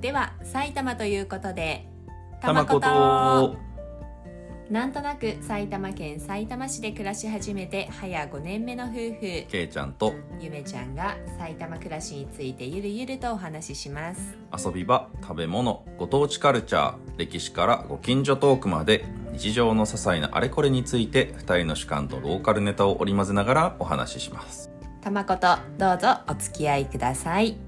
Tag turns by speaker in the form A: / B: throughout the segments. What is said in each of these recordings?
A: では埼玉ということで
B: たまこと
A: なんとなく埼玉県埼玉市で暮らし始めて早5年目の夫婦
B: けいちゃんと
A: ゆめちゃんが埼玉暮らしについてゆるゆるとお話しします
B: 遊び場食べ物ご当地カルチャー歴史からご近所トークまで日常の些細なあれこれについて2人の主観とローカルネタを織り交ぜながらお話しします
A: たまことどうぞお付き合いください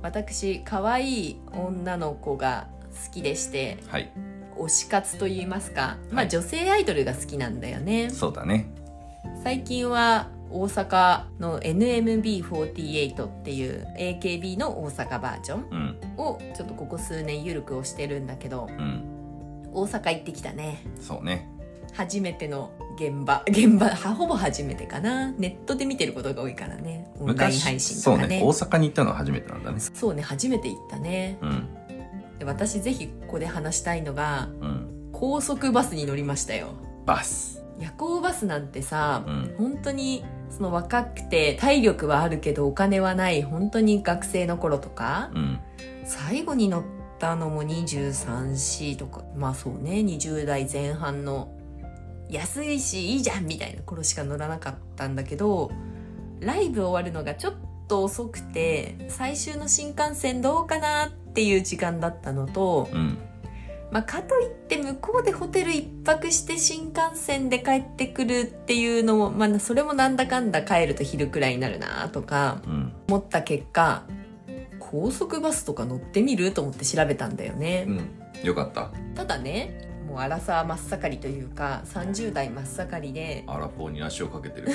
A: 私可愛い女の子が好きでして
B: はい
A: 推し活と言いますか、ま
B: は
A: あ、
B: い
A: 女性アイドルが好きなんだよね
B: そうだね
A: 最近は大阪の NMB48 っていう AKB の大阪バージョン
B: うん
A: をちょっとここ数年ゆるく推してるんだけど
B: うん
A: 大阪行ってきたね
B: そうね
A: 初めての現場現場はほぼ初めてかなネットで見てることが多いからねオンライン配信
B: そ
A: と
B: う
A: か
B: ね
A: ね
B: 大阪に行ったのは初めてなんだね
A: そうね初めて行ったね
B: うん
A: で私ぜひここで話したいのが
B: うん
A: 高速バスに乗りましたよ
B: バス
A: 夜行バスなんてさ、
B: うん
A: 本当にその若くて体力はあるけどお金はない本当に学生の頃とか
B: うん
A: 最後に乗ったのも 23C とかまあそうね20代前半の安いしいいじゃんみたいな頃しか乗らなかったんだけどライブ終わるのがちょっと遅くて最終の新幹線どうかなっていう時間だったのと、
B: うん
A: まあ、かといって向こうでホテル一泊して新幹線で帰ってくるっていうのも、まあ、それもなんだかんだ帰ると昼くらいになるなとか
B: うん
A: 思った結果高速バスとか乗ってみると思って調べたんだよね、
B: うんよかった
A: ただねもう荒さ真っ盛りというか30代真っ盛りで
B: アラフォーに足をかけてる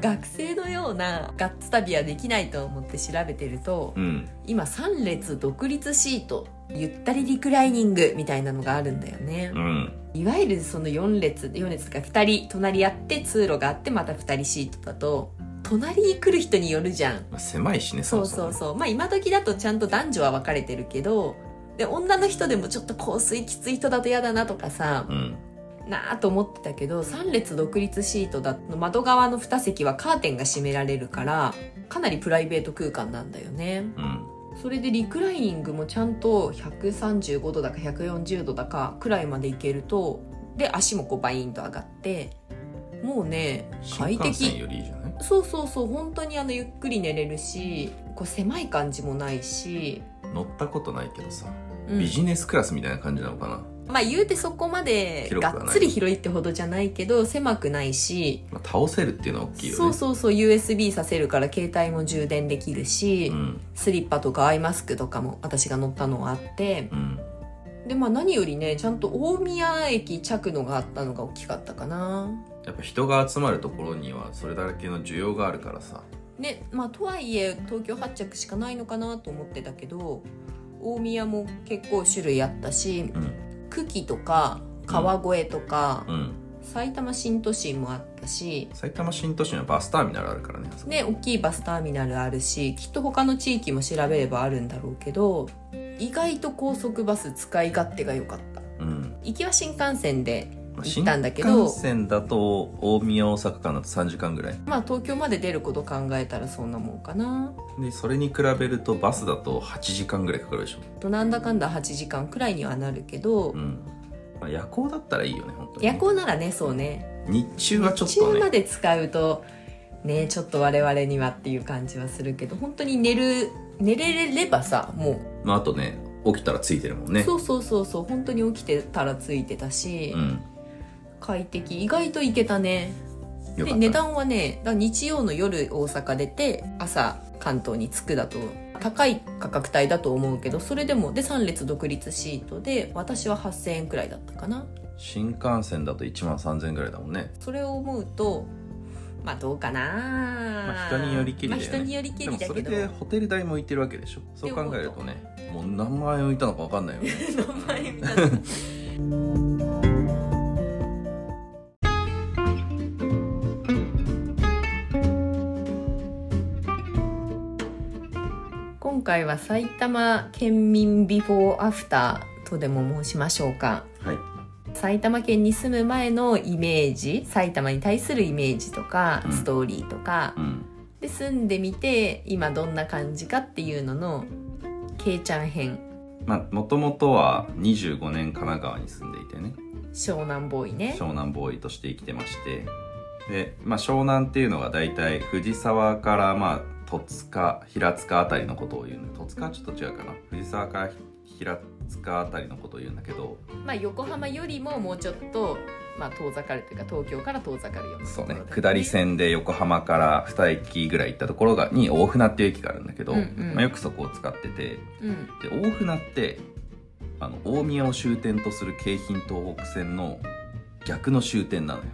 A: 学生のようなガッツ旅はできないと思って調べてると
B: うん
A: 今3列独立シートゆったりリクライニングみたいなのがあるんだよね
B: う、ん
A: いわゆるその4列4列とか2人隣り合って通路があってまた2人シートだと隣に来る人によるじゃん
B: まあ狭いしね
A: そうそう
B: そ
A: そうまあ今時だとちゃんと男女は分かれてるけどで女の人でもちょっと香水きつい人だと嫌だなとかさ
B: もうん
A: なあと思ってたけど3列独立シートだと窓側の2席はカーテンが閉められるからかなりプライベート空間なんだよね
B: うん
A: それでリクライニングもちゃんと135度だか140度だかくらいまでいけるとで足もこうバインと上がってもうね
B: 新
A: 快
B: 幹線
A: 適
B: よりいいじゃない
A: そうそうそう本当にあのゆっくり寝れるしこう狭い感じもないし、
B: 乗ったことないけどさ、
A: うん
B: ビジネスクラスみたいな感じなのかな、
A: まあ言うてそこまで
B: 広くはない
A: がっつり広いってほどじゃないけど狭くないし
B: まあ、倒せるっていうのは大きいよね
A: そうそうそう USB させるから携帯も充電できるし、
B: うん
A: スリッパとかアイマスクとかも私が乗ったのはあって、
B: うん
A: でまあ何よりねちゃんと大宮駅着のがあったのが大きかったかな。
B: やっぱ人が集まるところにはそれだけの需要があるからさ
A: ねまあとはいえ東京発着しかないのかなと思ってたけど大宮も結構種類あったし
B: うん
A: 久喜とか川越とか、
B: うん
A: 埼玉新都心もあったし。
B: 埼玉新都市のバスターミナルあるからねあそこ
A: ね、大きいバスターミナルあるしきっと他の地域も調べればあるんだろうけど意外と高速バス使い勝手が良かった
B: うん
A: 行きは新幹線で
B: まあ
A: 行ったんだけど
B: 新幹線だと大宮大阪間だと3時間ぐらい
A: まあ東京まで出ること考えたらそんなもんかな
B: でそれに比べるとバスだと8時間ぐらいかかるでしょ、
A: となんだかんだ8時間くらいにはなるけど、
B: うんまあ、夜行だったらいいよね本当にね
A: 夜行ならねそうね
B: 日中はちょっ
A: 日
B: と
A: 中ま
B: ね
A: で使うとねちょっと我々にはっていう感じはするけど本当に寝る寝れればさも
B: まあ、あとね起きたらついてるもん
A: う、
B: ね
A: そうそうそうそう本当に起きてたらついてたし、
B: うん
A: 快適意外といけたねで
B: よかった
A: 値段はねだから日曜の夜大阪出て朝関東に着くだと高い価格帯だと思うけどそれでもで3列独立シートで私は8,000円くらいだったかな
B: 新幹線だと1万3000円ぐらいだもんね
A: それを思うとまあどうかな、ま
B: まあ人によりきりだよね
A: 人によりき
B: で
A: り
B: も
A: だ
B: そ
A: け
B: れ
A: ど
B: でホテル代も浮いてるわけでしょそう考えるとねもう何万円浮いたのか分かんない よね
A: 名前みたいな今回は埼玉県民ビフォーアフターとでも申しましょうか
B: はい
A: 埼玉県に住む前のイメージ埼玉に対するイメージとか、
B: うん
A: ストーリーとか
B: うん
A: で住んでみて今どんな感じかっていうののけいちゃん編
B: まあもともとは25年神奈川に住んでいてね
A: 湘南ボーイね
B: 湘南ボーイとして生きてましてで、まあ、湘南っていうのが大体藤沢からまあ戸塚平塚あたりのことを言うんで戸塚はちょっと違うかな藤沢から平塚あたりのことを言うんだけど
A: まあ横浜よりももうちょっとまあ遠ざかるというか東京から遠ざかるような
B: そう
A: ところだ
B: ね
A: よ
B: 下り線で横浜から2駅ぐらい行ったところがに大船っていう駅があるんだけど、
A: うんうん
B: まあ、よくそこを使ってて
A: うん
B: で大船ってあの大宮を終点とする京浜東北線の逆の終点なのよ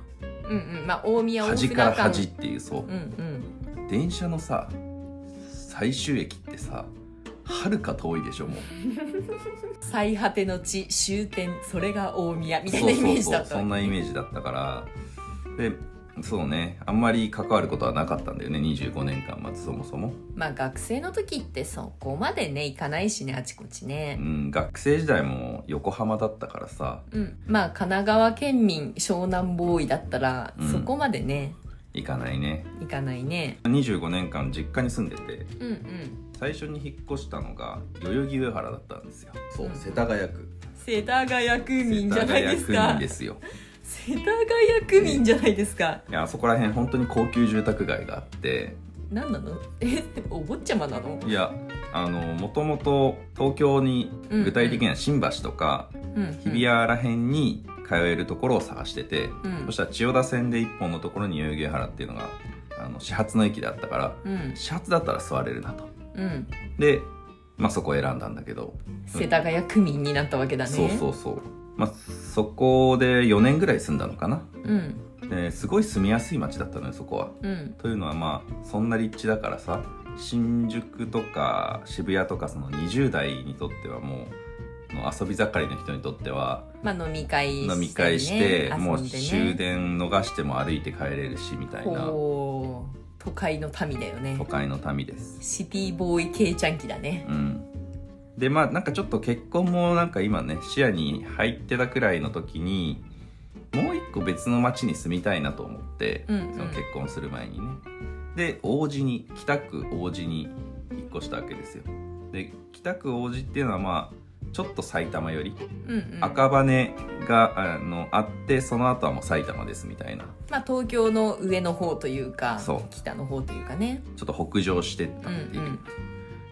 A: うんうんまあ大宮大
B: 端
A: 船
B: から
A: 間
B: 端っていうそう、
A: うんうん
B: 電車のさ最終駅ってさはるか遠いでしょもう
A: 最果ての地終点それが大宮みたいなイメージだった
B: そ
A: わ
B: ん
A: け
B: なイメージだったからでそうねあんまり関わることはなかったんだよね25年間まずそもそも、
A: まあ学生の時ってそこまでね行かないしねあちこち
B: う
A: ね、
B: ん、学生時代も横浜だったからさ
A: うん、まあ神奈川県民湘南ボーイだったら、
B: うん
A: そこまでね
B: 行かないね
A: 行かないね
B: 25年間実家に住んでて
A: うんうん
B: 最初に引っ越したのが代々木上原だったんですよそう
A: うん
B: 世田谷区
A: 世田谷区民
B: 世
A: じゃ
B: 田
A: ないで
B: 谷
A: す
B: 区
A: か
B: 民ですよ
A: 世田谷区民じゃないですか、
B: いやあそこら辺本当に高級住宅街があって
A: 何なのえお坊ちゃまなの
B: いやあのもともと東京に具体的には新橋とか
A: うん
B: 日比谷ら辺に通えるところを探してて、
A: うん
B: そしたら千代田線で1本のところに代々木上原っていうのがあの始発の駅だったから
A: うん
B: 始発だったら座れるなと
A: うん
B: で、まあ、そこを選んだんだけど、
A: 世田谷区民になったわけだね
B: そうそうそう、まあ、そこで4年ぐらい住んだのかな
A: うん
B: ですごい住みやすい街だったのよそこは
A: うん
B: というのはまあそんな立地だからさ新宿とか渋谷とかその20代にとってはもうの遊び盛りの人にとっては
A: まあ飲み会して、ね、
B: 飲み会してもう
A: 遊ん
B: 終
A: でね
B: 電逃しても歩いて帰れるしみたいな
A: ほう都会の民だよね
B: 都会の民です。
A: シティボーイケイちゃん期だね
B: うんでまあなんかちょっと結婚もなんか今ね視野に入ってたくらいの時にもう一個別の町に住みたいなと思って、
A: うんうん
B: その結婚する前にねで王子に北区王子に引っ越したわけですよで北区王子っていうのはまあちょっと埼玉より、
A: うんうん
B: 赤羽があのあってその後はもう埼玉ですみたいな
A: まあ東京の上の方というか
B: そう
A: 北の方というかね
B: ちょっと北上してったっていう、
A: うんうん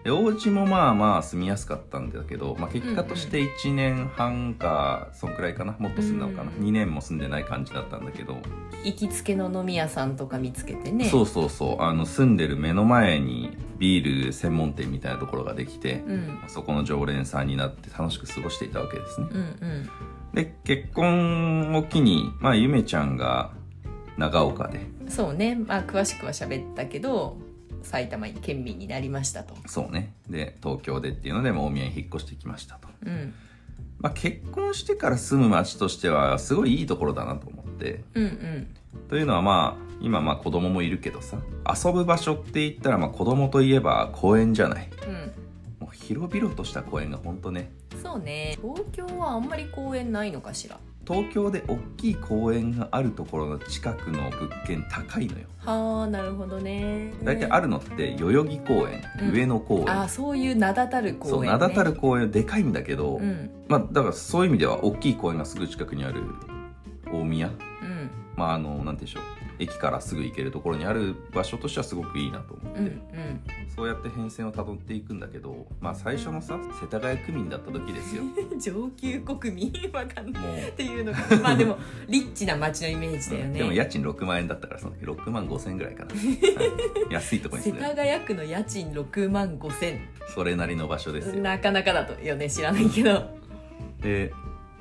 B: でお家もまあまあ住みやすかったんだけど、まあ、結果として1年半かそんくらいかなもっと住んだのかな、
A: うん
B: 2年も住んでない感じだったんだけど、
A: 行きつけの飲み屋さんとか見つけてね
B: そうそうそうあの住んでる目の前にビール専門店みたいなところができて、
A: うん
B: そこの常連さんになって楽しく過ごしていたわけですね
A: うんうん
B: で結婚を機に、まあ、ゆめちゃんが長岡で
A: そうねまあ詳しくは喋ったけど埼玉県民になりましたと
B: そうねで東京でっていうのでもう大宮に引っ越してきましたと
A: うん
B: まあ、結婚してから住む町としてはすごいいいところだなと思って
A: うんうん
B: というのはまあ今まあ子供もいるけどさ遊ぶ場所って言ったらまあ子供といえば公園じゃない
A: うん
B: もう広々とした公園がほんとね
A: そうね東京はあんまり公園ないのかしら
B: 東京で大きい公園があるところの近くの物件高いのよ
A: はあなるほどね
B: 大体あるのって代々木公園、
A: うん
B: 上野公園、
A: あそういう名だたる公園、ね、
B: そう名だたる公園でかいんだけど、
A: うん
B: まあだからそういう意味では大きい公園がすぐ近くにある大宮
A: うん
B: まああのなんて言うんでしょう駅からすぐ行けるところにある場所としてはすごくいいなと思って、
A: うんうん
B: そうやって変遷をたどっていくんだけどまあ最初のさ世田谷区民だった時で すよも
A: 上級国民 わかんないうっていうのがまあで もリッチな街のイメージだよね、
B: でも家賃6万円だったからその時6万5千円ぐらいかな、はい 安いとこに
A: 世
B: 住んで
A: 田
B: る
A: 谷区の家賃6万5千
B: それなりの場所ですよ
A: なかなかだとよね知らないけど
B: で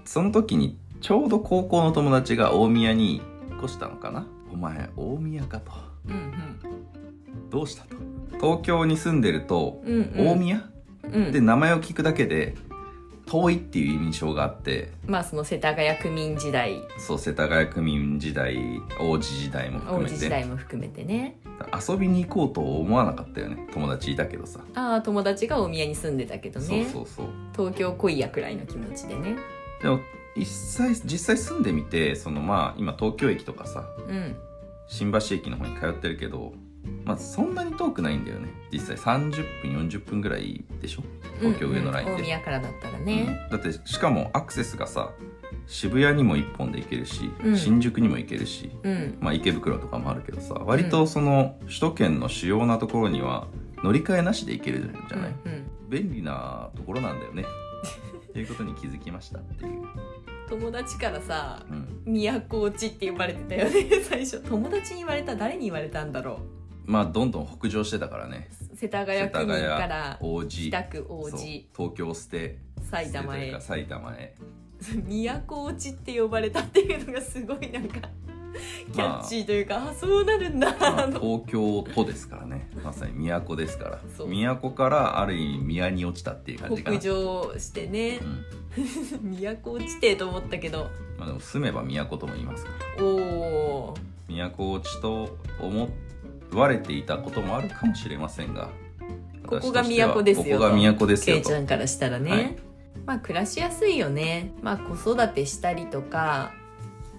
B: その時にちょうど高校の友達が大宮に引っ越したのかなお前大宮かと
A: うん
B: どうしたと東京に住んでると、
A: うんうんうん
B: 大宮
A: うん
B: で名前を聞くだけで遠いっていう印象があって
A: まあその世田谷区民時代
B: そう世田谷区民時代王子時代も含
A: 王
B: め
A: 子時
B: て
A: 代も含めてね
B: 遊びに行こうと思わなかったよね友達いたけどさ、
A: ああ友達が大宮に住んでたけど
B: そう
A: ね
B: そうそう
A: 東京来いやくらいの気持ちでね
B: でも一切実際住んでみてそのまあ今東京駅とかさ
A: うん
B: 新橋駅の方に通ってるけどまあそんなに遠くないんだよね実際30分40分ぐらいでしょ東京上のラインで、
A: うんうん大宮からだったらね、
B: うんだってしかもアクセスがさ渋谷にも1本で行けるし、
A: うん
B: 新宿にも行けるし、
A: うん、
B: まあ、池袋とかもあるけどさ割とその首都圏の主要なところには乗り換えなしで行けるじゃない、
A: うんうん
B: 便利なところなん だよねっていうことに気づきましたっていう、
A: 友達からさ
B: うん、
A: 都落ちって呼ばれてたよね 最初友達に言われた誰に言われたんだろ
B: まあどんどん北上してたからね
A: う世田谷区民から
B: 王子
A: 北区王
B: そう
A: 子
B: 東京捨て
A: 埼玉
B: 捨てという
A: へ
B: か埼玉へ
A: 都落ちって呼ばれたっていうのがすごいなんかキャッチーというか、あ、そうなるんだ、
B: まあ
A: あの
B: 東京都ですからねまさに都ですから
A: そう
B: 都からある意味宮に落ちたっていう感じかな
A: 北上してね
B: うん
A: 都落ちてえと思ったけど
B: まあ、でも住めば都とも言いますから
A: おお
B: 都落ちと思われていたこともあるかもしれませんが
A: ここ
B: 私
A: が
B: としては
A: 都ですよ
B: ここが都です
A: け
B: よ
A: いち
B: と
A: ゃんからしたらね、
B: はい
A: まあ暮らしやすいよねまあ子育てしたりとか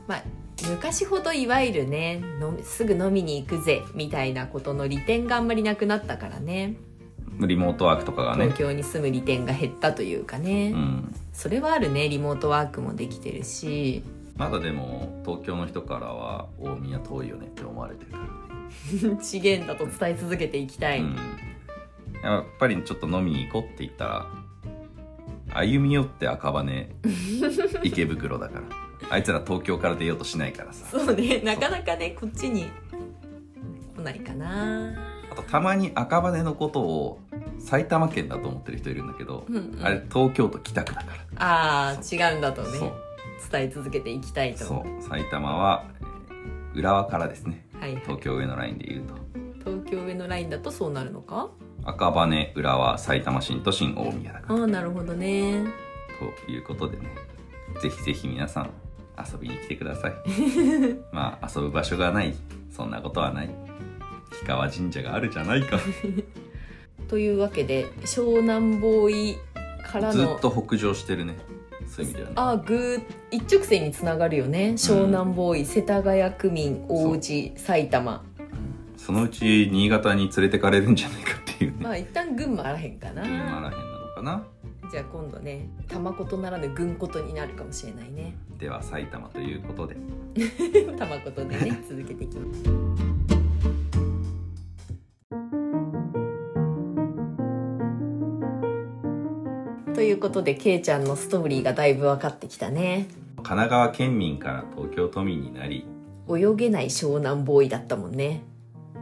A: まあ昔ほどいわゆるね飲みすぐ飲みに行くぜみたいなことの利点があんまりなくなったからね
B: リモートワークとかがね
A: 東京に住む利点が減ったというかね、
B: うん
A: それはあるねリモートワークもできてるし
B: まだでも東京の人からは大宮遠いよねって思われてるから
A: 資源だと伝え続けていきたい、
B: うん、やっぱりちょっと飲みに行こうって言ったら歩み寄って赤 羽池袋だからあいつら東京から出ようとしないからさ
A: そうねなかなかねこっちに来ないかな
B: あとたまに赤羽のことを埼玉県だと思ってる人いるんだけど、
A: うんうん
B: あれ東京都北区だから、
A: ああ違うんだとね
B: そう
A: 伝え続けていきたいと
B: そう埼玉はえー浦和からですね
A: はいはい、
B: 東京上のラインで言うと
A: 東京上のラインだとそうなるのか
B: 赤羽浦和埼玉新都心大宮だか
A: あ
B: ら、
A: あなるほどね
B: ということでねぜひぜひ皆さん遊びに来てく ださいまあ遊ぶ場所がないそんなことはない氷川神社があるじゃないか
A: というわけで湘南ボーイから
B: ず
A: の
B: っと北上してるねそういう意味ではね
A: あーぐー一直線につながるよね湘南ボーイ、世田谷区民王子埼玉
B: そのうち新潟に連れてかれるんじゃないかっていうね
A: まあ一旦群馬あらへんかな、
B: 群馬らへんなのかな
A: じゃあ今度ね玉ことならぬ群ことになるかもしれないね
B: では埼玉ということで
A: 玉ことで ね続けていきますということでけいちゃんのストーリーがだいぶ分かってきたね
B: 神奈川県民から東京都民になり
A: 泳げない湘南ボーイだったもんね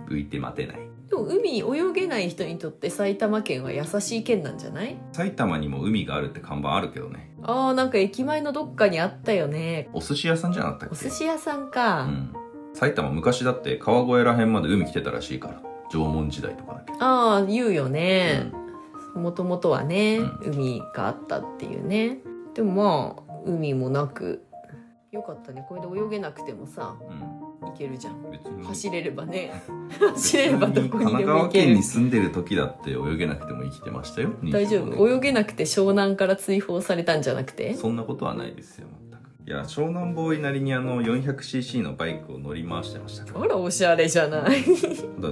B: 浮いて待てない
A: でも海泳げない人にとって埼玉県は優しい県なんじゃない
B: 埼玉にも海があるって看板あるけどね
A: あーなんか駅前のどっかにあったよね
B: お寿司屋さんじゃなかったっけ
A: お寿司屋さんか、
B: うん埼玉昔だって川越ら辺まで海来てたらしいから縄文時代とかだけど
A: ああ言うよね、
B: うん
A: もともとはね、
B: う
A: 海があったっていうねでもまあ海もなくよかったねこれで泳げなくてもさ行けるじゃん
B: うん、別に
A: 走れれば ね走れればどこに
B: 神
A: で
B: 奈
A: も行
B: 川
A: け
B: 県
A: る
B: に住んでる時だって泳げなくても生きてましたよ
A: 大丈夫泳げなくて湘南から追放されたんじゃなくて
B: そんなことはないですよ全くいや湘南ボーイなりにあの 400cc のバイクを乗り回してましたから
A: あらおしゃれじゃない
B: だか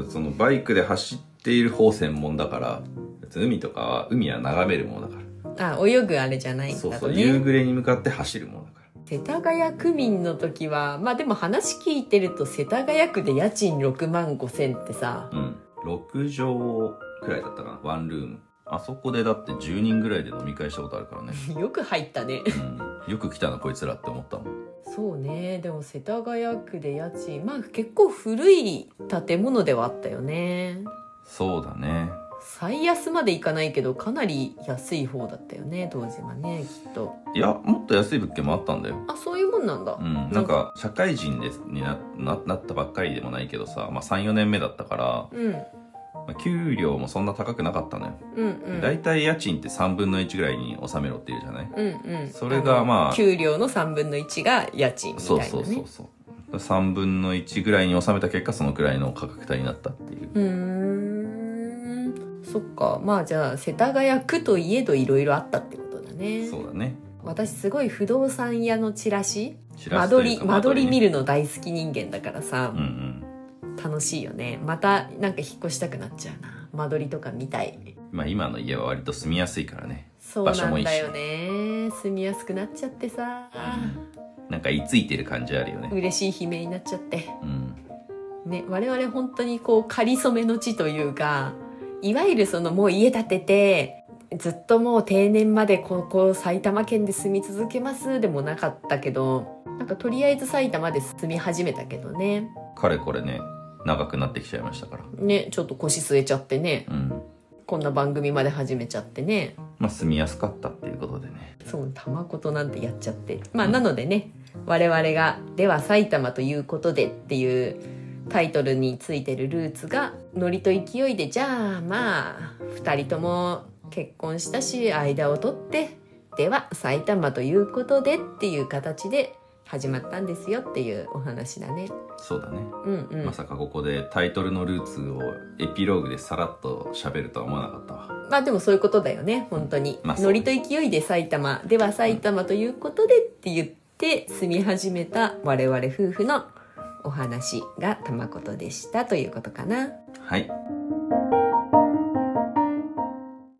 B: らそのバイクで走っている方専門だから別に海とかは海は眺めるものだか
A: あ泳ぐあれじゃな
B: ら
A: いん
B: そう
A: だ
B: そ
A: と
B: う夕
A: ね
B: 暮れに向かって走るものだから
A: 世田谷区民の時はまあでも話聞いてると世田谷区で家賃6万5千ってさ
B: うん。6畳くらいだったかな、ワンルーム。あそこでだって10人ぐらいで飲み会したことあるから ね。
A: よく入ったね
B: うん。よく来たな、こいつらって思ったもん。
A: そうねでも世田谷区で家賃まあ結構古い建物ではあったよね
B: そうだね。
A: 最安までいかないけどかなり安い方だったよね当時はねきっと
B: いや、もっと安い物件もあったんだよ。
A: あそういうもんなんだ、
B: うん。なんか、社会人ですになななったばっかりでもないけどさ、まあ3、4年目だったから、
A: うん
B: まあ給料もそんな高くなかったのよ。
A: うんうん
B: だいたい家賃って3分の1ぐらいに収めろっていうじゃない
A: うんうん
B: それがまあ
A: の給料の3分の1が家賃みたい
B: そ
A: な
B: う
A: ね
B: そうそうそう。3分の1ぐらいに収めた結果、そのくらいの価格帯になったっていう。
A: うーんそっかまあじゃあ世田谷区といえどいろいろあったってことだね
B: そうだね。
A: 私すごい不動産屋のチラシ
B: チラ
A: 間
B: シと
A: 取
B: い
A: り
B: うか
A: 間取り
B: ね
A: 見るの大好き人間だからさ、
B: うんうん
A: 楽しいよねまたなんか引っ越したくなっちゃうな間取りとか見たい
B: まあ今の家は割と住みやすいからね
A: そうなんだよね住みやすくなっちゃってさ、
B: なんか居ついてる感じあるよね
A: 嬉しい悲鳴になっちゃって
B: うん
A: ね我々本当にこう仮初めの地というかいわゆるそのもう家建ててずっともう定年までここ埼玉県で住み続けますでもなかったけどなんかとりあえず埼玉で住み始めたけどね
B: かれこれね長くなってきちゃいましたから
A: ねちょっと腰据えちゃってね
B: うん
A: こんな番組まで始めちゃってね
B: まあ住みやすかったっていうことでね
A: そうまことなんてやっちゃってまあなのでね我々が「では埼玉ということで」っていうタイトルについてるルーツがノリと勢いでじゃあまあ2人とも結婚したし間を取って「では埼玉ということで」っていう形で始まったんですよっていうお話だね。
B: そうだね、
A: うんうん、
B: まさかここでタイトルのルーツをエピローグでさらっと喋るとは思わなかったわ
A: まあでもそういうことだよね本当に、
B: まあそう
A: ノリと勢いで埼玉では埼玉ということでって言って住み始めた我々夫婦のお話がたまことでしたということかな
B: はい